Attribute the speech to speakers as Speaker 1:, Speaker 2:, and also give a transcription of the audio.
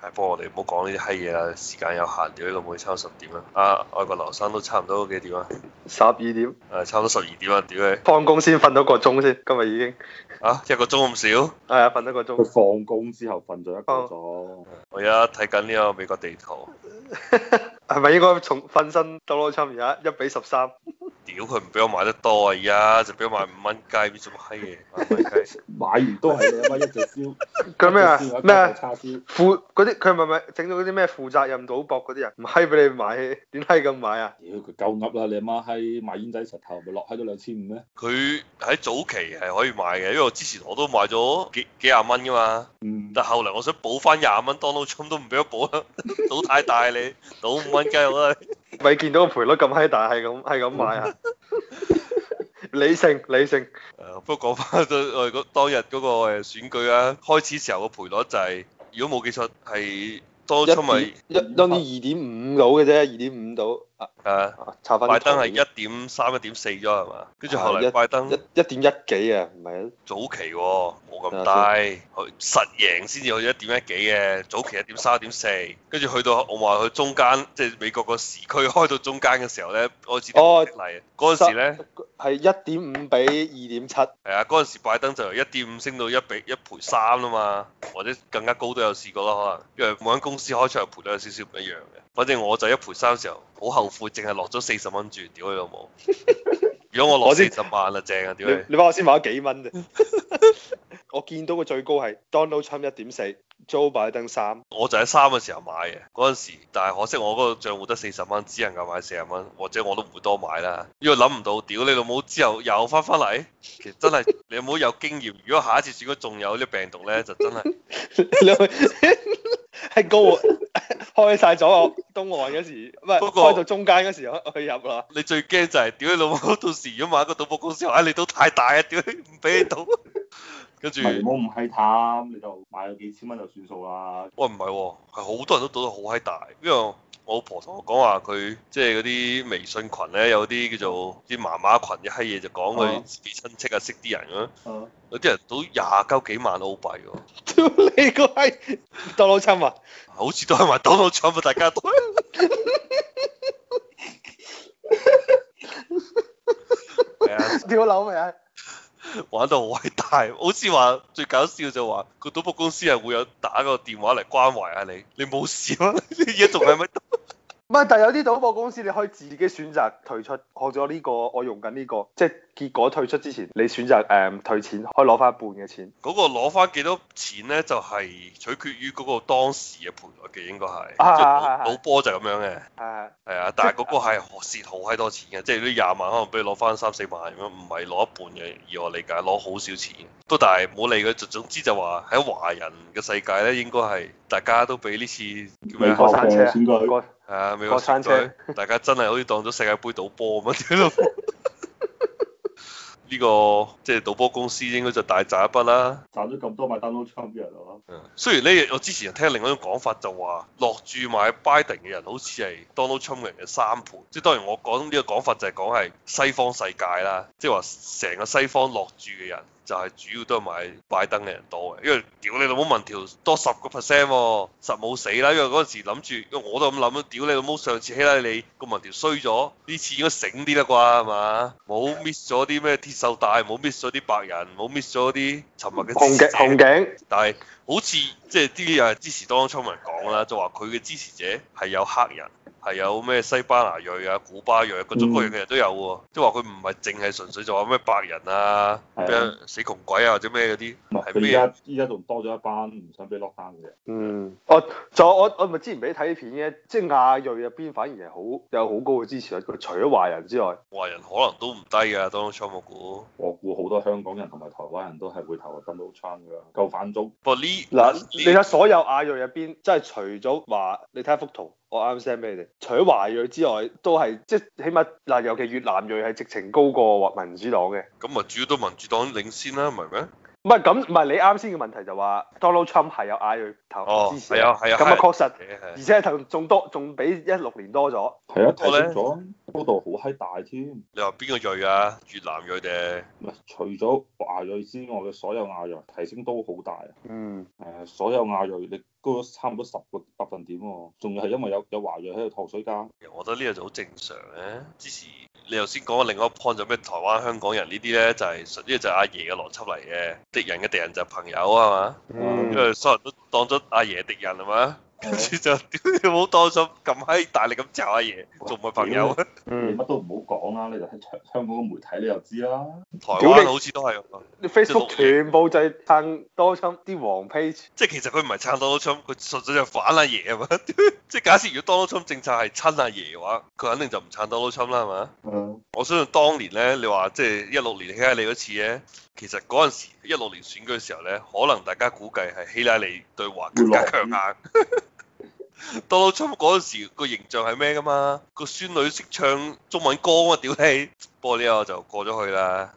Speaker 1: 唉，哎不過我哋唔好講呢啲閪嘢啦，時間有限，屌呢個每差十點啦。啊，外國留生都差唔多幾點啊？
Speaker 2: 十二點
Speaker 1: 誒，差唔多十二點啊，屌你！
Speaker 2: 放工先瞓到個鐘先，今日已經
Speaker 1: 啊，一個鐘咁少？
Speaker 2: 係啊，瞓到個
Speaker 3: 佢
Speaker 2: 鐘。
Speaker 3: 放工之後瞓咗一個鐘，
Speaker 1: 我而家睇緊呢個美國地圖，
Speaker 2: 係咪應該重瞓身 Donald Trump 而家一比十三？
Speaker 1: 屌佢唔俾我買得多啊！而家就俾我買五蚊雞，邊種閪嘢？買五蚊雞，
Speaker 3: 買完都係你阿媽一隻燒，
Speaker 2: 佢咩啊
Speaker 3: 一隻燒？
Speaker 2: 咩
Speaker 3: 一
Speaker 2: 啊
Speaker 3: 隻叉燒，
Speaker 2: 負嗰啲佢咪咪整到嗰啲咩負責任賭博嗰啲人，唔閪俾你買，點閪咁買啊？
Speaker 3: 屌佢夠噏啦！你阿媽喺賣煙仔柒頭咪落喺咗兩千五咩？
Speaker 1: 佢喺早期係可以買嘅，因為我之前我都買咗幾幾廿蚊噶嘛。
Speaker 3: 嗯，
Speaker 1: 但後嚟我想補翻廿蚊，Donald Trump 都唔俾我補啦， 賭太大你，賭五蚊雞我啦。
Speaker 2: 咪見到個賠率咁閪大，係咁係咁買 啊！理性理性，
Speaker 1: 誒，不過講翻到 我哋嗰當日嗰個誒選舉啊，開始時候個賠率就係、如果冇記錯係 Donald Trump 咪
Speaker 2: 一當然二點五到嘅啫，二點五到啊
Speaker 1: 誒
Speaker 2: 啊，查翻
Speaker 1: 拜登係一點三、一點四咗係嘛？跟住後
Speaker 2: 係
Speaker 1: 嚟
Speaker 2: 一
Speaker 1: 拜登
Speaker 2: 一一點一幾啊，唔係啊
Speaker 1: 早期喎、冇咁
Speaker 2: 啊
Speaker 1: 低，佢實贏先至去一點一幾嘅，早期一點三、一點四，跟住去到我話佢中間，即係美國個時區開到中間嘅時候咧，開始
Speaker 2: 哦
Speaker 1: 嚟嗰陣時咧。
Speaker 2: 係一點五比二點七，
Speaker 1: 係啊，嗰陣時拜登就由一點五升到一比一賠三啦嘛，或者更加高都有試過啦，可能因為每間公司開出嚟賠率有少少唔一樣嘅。反正我就一賠三嘅時候，好後悔，淨係落咗四十蚊住，屌你老 母！如果我落
Speaker 2: 我
Speaker 1: 四
Speaker 2: 知
Speaker 1: 十萬啊，正啊，屌
Speaker 2: 你
Speaker 1: 你！
Speaker 2: 你話我先買咗幾蚊啫？ 我見到個最高係 Donald Trump 一點四，Joe Biden 三，
Speaker 1: 我就喺三嘅時候買嘅，嗰陣時，但係可惜我嗰個帳戶得四十蚊，只能夠買四十蚊，或者我都唔會多買啦，因為諗唔到，屌你老母之後又翻翻嚟，其實真係你有冇有經驗？如果下一次選舉仲有呢個病毒咧，就真係
Speaker 2: 兩位 係高喎 開晒左岸東岸嗰時，唔係
Speaker 1: 不過
Speaker 2: 開到中間嗰時我去入啦。
Speaker 1: 你最驚就係屌你老母，到時如果買一個賭博公司，話你賭太大啊，屌你唔俾你賭， 跟住
Speaker 3: 唔係你冇咁閪貪，你就買咗幾千蚊就算數啦。
Speaker 1: 喂唔係喎，係好多人都賭得好閪大，因為我老婆同我講話佢即係嗰啲微信群咧，有啲叫做啲媽媽群一閪嘢就講佢
Speaker 3: 哦
Speaker 1: 自己親戚啊識啲人咁樣，
Speaker 3: 啊
Speaker 1: 有啲人賭廿鳩幾萬澳幣喎，
Speaker 2: 屌你個閪當老親啊！
Speaker 1: 好似都係話賭到搶啊，大家 都。係啊，
Speaker 2: 屌樓未啊？
Speaker 1: 玩到好偉大，好似話最搞笑就話個賭博公司係會有打個電話嚟關懷下你，你冇事啊？你而家仲喺咪？
Speaker 2: 唔係，但係有啲賭博公司你可以自己選擇退出。學咗呢、個，我用緊呢、個，即係結果退出之前，你選擇誒、退錢，可以攞翻一半嘅錢。
Speaker 1: 嗰個攞翻幾多錢咧，就係、取決於嗰個當時嘅賠率嘅，應該係。
Speaker 2: 啊
Speaker 1: 即係
Speaker 2: 係係
Speaker 1: 賭賭波就係咁
Speaker 3: 啊
Speaker 1: 樣嘅，
Speaker 2: 係
Speaker 1: 係啊，但係嗰個係蝕好閪多錢嘅，即係呢廿萬可能俾你攞翻三四萬咁樣，唔係攞一半嘅，以我理解攞好少錢。都但係冇理佢，就總之就話喺華人嘅世界咧，應該係大家都俾呢次叫咩
Speaker 3: 美
Speaker 1: 啊
Speaker 3: 國
Speaker 2: 過山車
Speaker 3: 嘅選舉，
Speaker 2: 個
Speaker 1: 係啊，美
Speaker 2: 過
Speaker 1: 國
Speaker 2: 山
Speaker 1: 選舉，大家真係好似當咗世界盃賭波咁樣 屌你老母呢個即係賭波公司應該就大賺一筆啦。
Speaker 3: 賺咗咁多買 Donald Trump 嘅人啊，
Speaker 1: 雖然呢，我之前聽另外一種講法就話落注買 Biden 嘅人好似係 Donald Trump 嘅人嘅三倍，即係當然我講呢個講法就係講係西方世界啦，即係話成個西方落注嘅人就係主要都係買拜登嘅人多嘅，因為屌你老母民調多十個 percent 喎，實冇死啦，因為嗰陣時諗住，因為我都咁諗啦，屌你老母上次希拉里個民調衰咗，呢次應該醒啲啦啩係嘛？冇 miss 咗啲咩鐵鏽帶，冇 miss 咗啲白人，冇 miss 咗啲沉默嘅
Speaker 2: 紅
Speaker 1: 支
Speaker 2: 頸
Speaker 1: 持者
Speaker 2: 紅頸，
Speaker 1: 但係好似即係啲又係支持 Donald Trump 人講啦，就話佢嘅支持者係有黑人，係有咩西班牙裔啊、古巴裔啊，各種各樣嘅人都有喎。即係話佢唔係淨係純粹就話咩白人啊、咩
Speaker 3: 係啊
Speaker 1: 死窮鬼啊或者咩嗰啲，
Speaker 3: 唔係
Speaker 1: 係
Speaker 3: 佢依
Speaker 1: 咩啊？
Speaker 3: 家依家仲多咗一班唔想俾落單嘅人，
Speaker 2: 嗯，我仲有我我咪之前俾你睇片嘅，即係亞裔入邊反而係好有好高嘅支持率，除咗華人之外，
Speaker 1: 華人可能都唔低㗎 Donald Trump 我估。
Speaker 3: 我估好多香港人同埋台灣人都係會投啊 Donald Trump 㗎，夠反中。
Speaker 1: 不過呢
Speaker 2: 嗱，
Speaker 1: 呢
Speaker 2: 你睇所有亞裔入邊，即係除咗華，你睇下幅圖，我啱 send 俾你哋，除咗華裔之外，都係即係起碼嗱，尤其越南裔係直情高過民主黨嘅。
Speaker 1: 啊咁咪主要都民主黨領先啦，唔係咩？啊
Speaker 2: 唔係咁，唔係你啱先嘅問題就話 Donald Trump 係有亞裔
Speaker 1: 哦
Speaker 2: 投支持
Speaker 1: 係
Speaker 2: 啊，
Speaker 1: 啊係啊
Speaker 2: 咁啊
Speaker 1: 係啊
Speaker 2: 確實，
Speaker 1: 嘅係
Speaker 2: 而且係投仲多，仲比一六年多咗。
Speaker 3: 係啊，睇清咗嗰度好閪大添。
Speaker 1: 你話邊個裔啊？越南裔定係
Speaker 3: 唔係啊除咗華裔之外嘅所有亞裔提升都好大啊！
Speaker 2: 嗯，
Speaker 3: 誒、所有亞裔你高咗差唔多十個百分點喎、仲要係因為有有華裔喺度糖水間，
Speaker 1: 我覺得呢個就好正常嘅。之前你頭先講嘅另外一個 point 就咩台灣香港人呢啲咧，就係、呢個就係阿爺嘅邏輯嚟嘅，敵人嘅敵人就係朋友啊嘛。
Speaker 2: 嗯
Speaker 1: 因為所有人都當咗阿爺敵人係啊嘛，跟住就屌你冇當心咁閪大力咁罩阿爺，仲唔係朋友？啊台
Speaker 3: 你
Speaker 2: 嗯，
Speaker 3: 乜都唔好講啦，你就喺香香港嘅媒體你就知啦。
Speaker 1: 灣好似都係咁啊，
Speaker 2: 你
Speaker 1: 即係六
Speaker 2: Facebook 全部就係撐 Donald Trump 啲黃 page。
Speaker 1: 即係其實佢唔係撐 Donald Trump，佢純粹就反阿爺啊嘛。即係假設如果 Donald Trump 政策係親阿爺嘅話，佢肯定就唔撐 Donald Trump 啦，係嘛？
Speaker 3: 嗯，
Speaker 1: 我相信當年咧，你話即係一六年希拉里嗰次咧，其實嗰陣時一六年選舉嘅時候咧，可能大家估計係希拉里對華更加強硬。Donald Trump 嗰陣時個形象係咩噶嘛？個孫女識唱中文歌啊嘛，屌你！不過呢個就過咗去啦。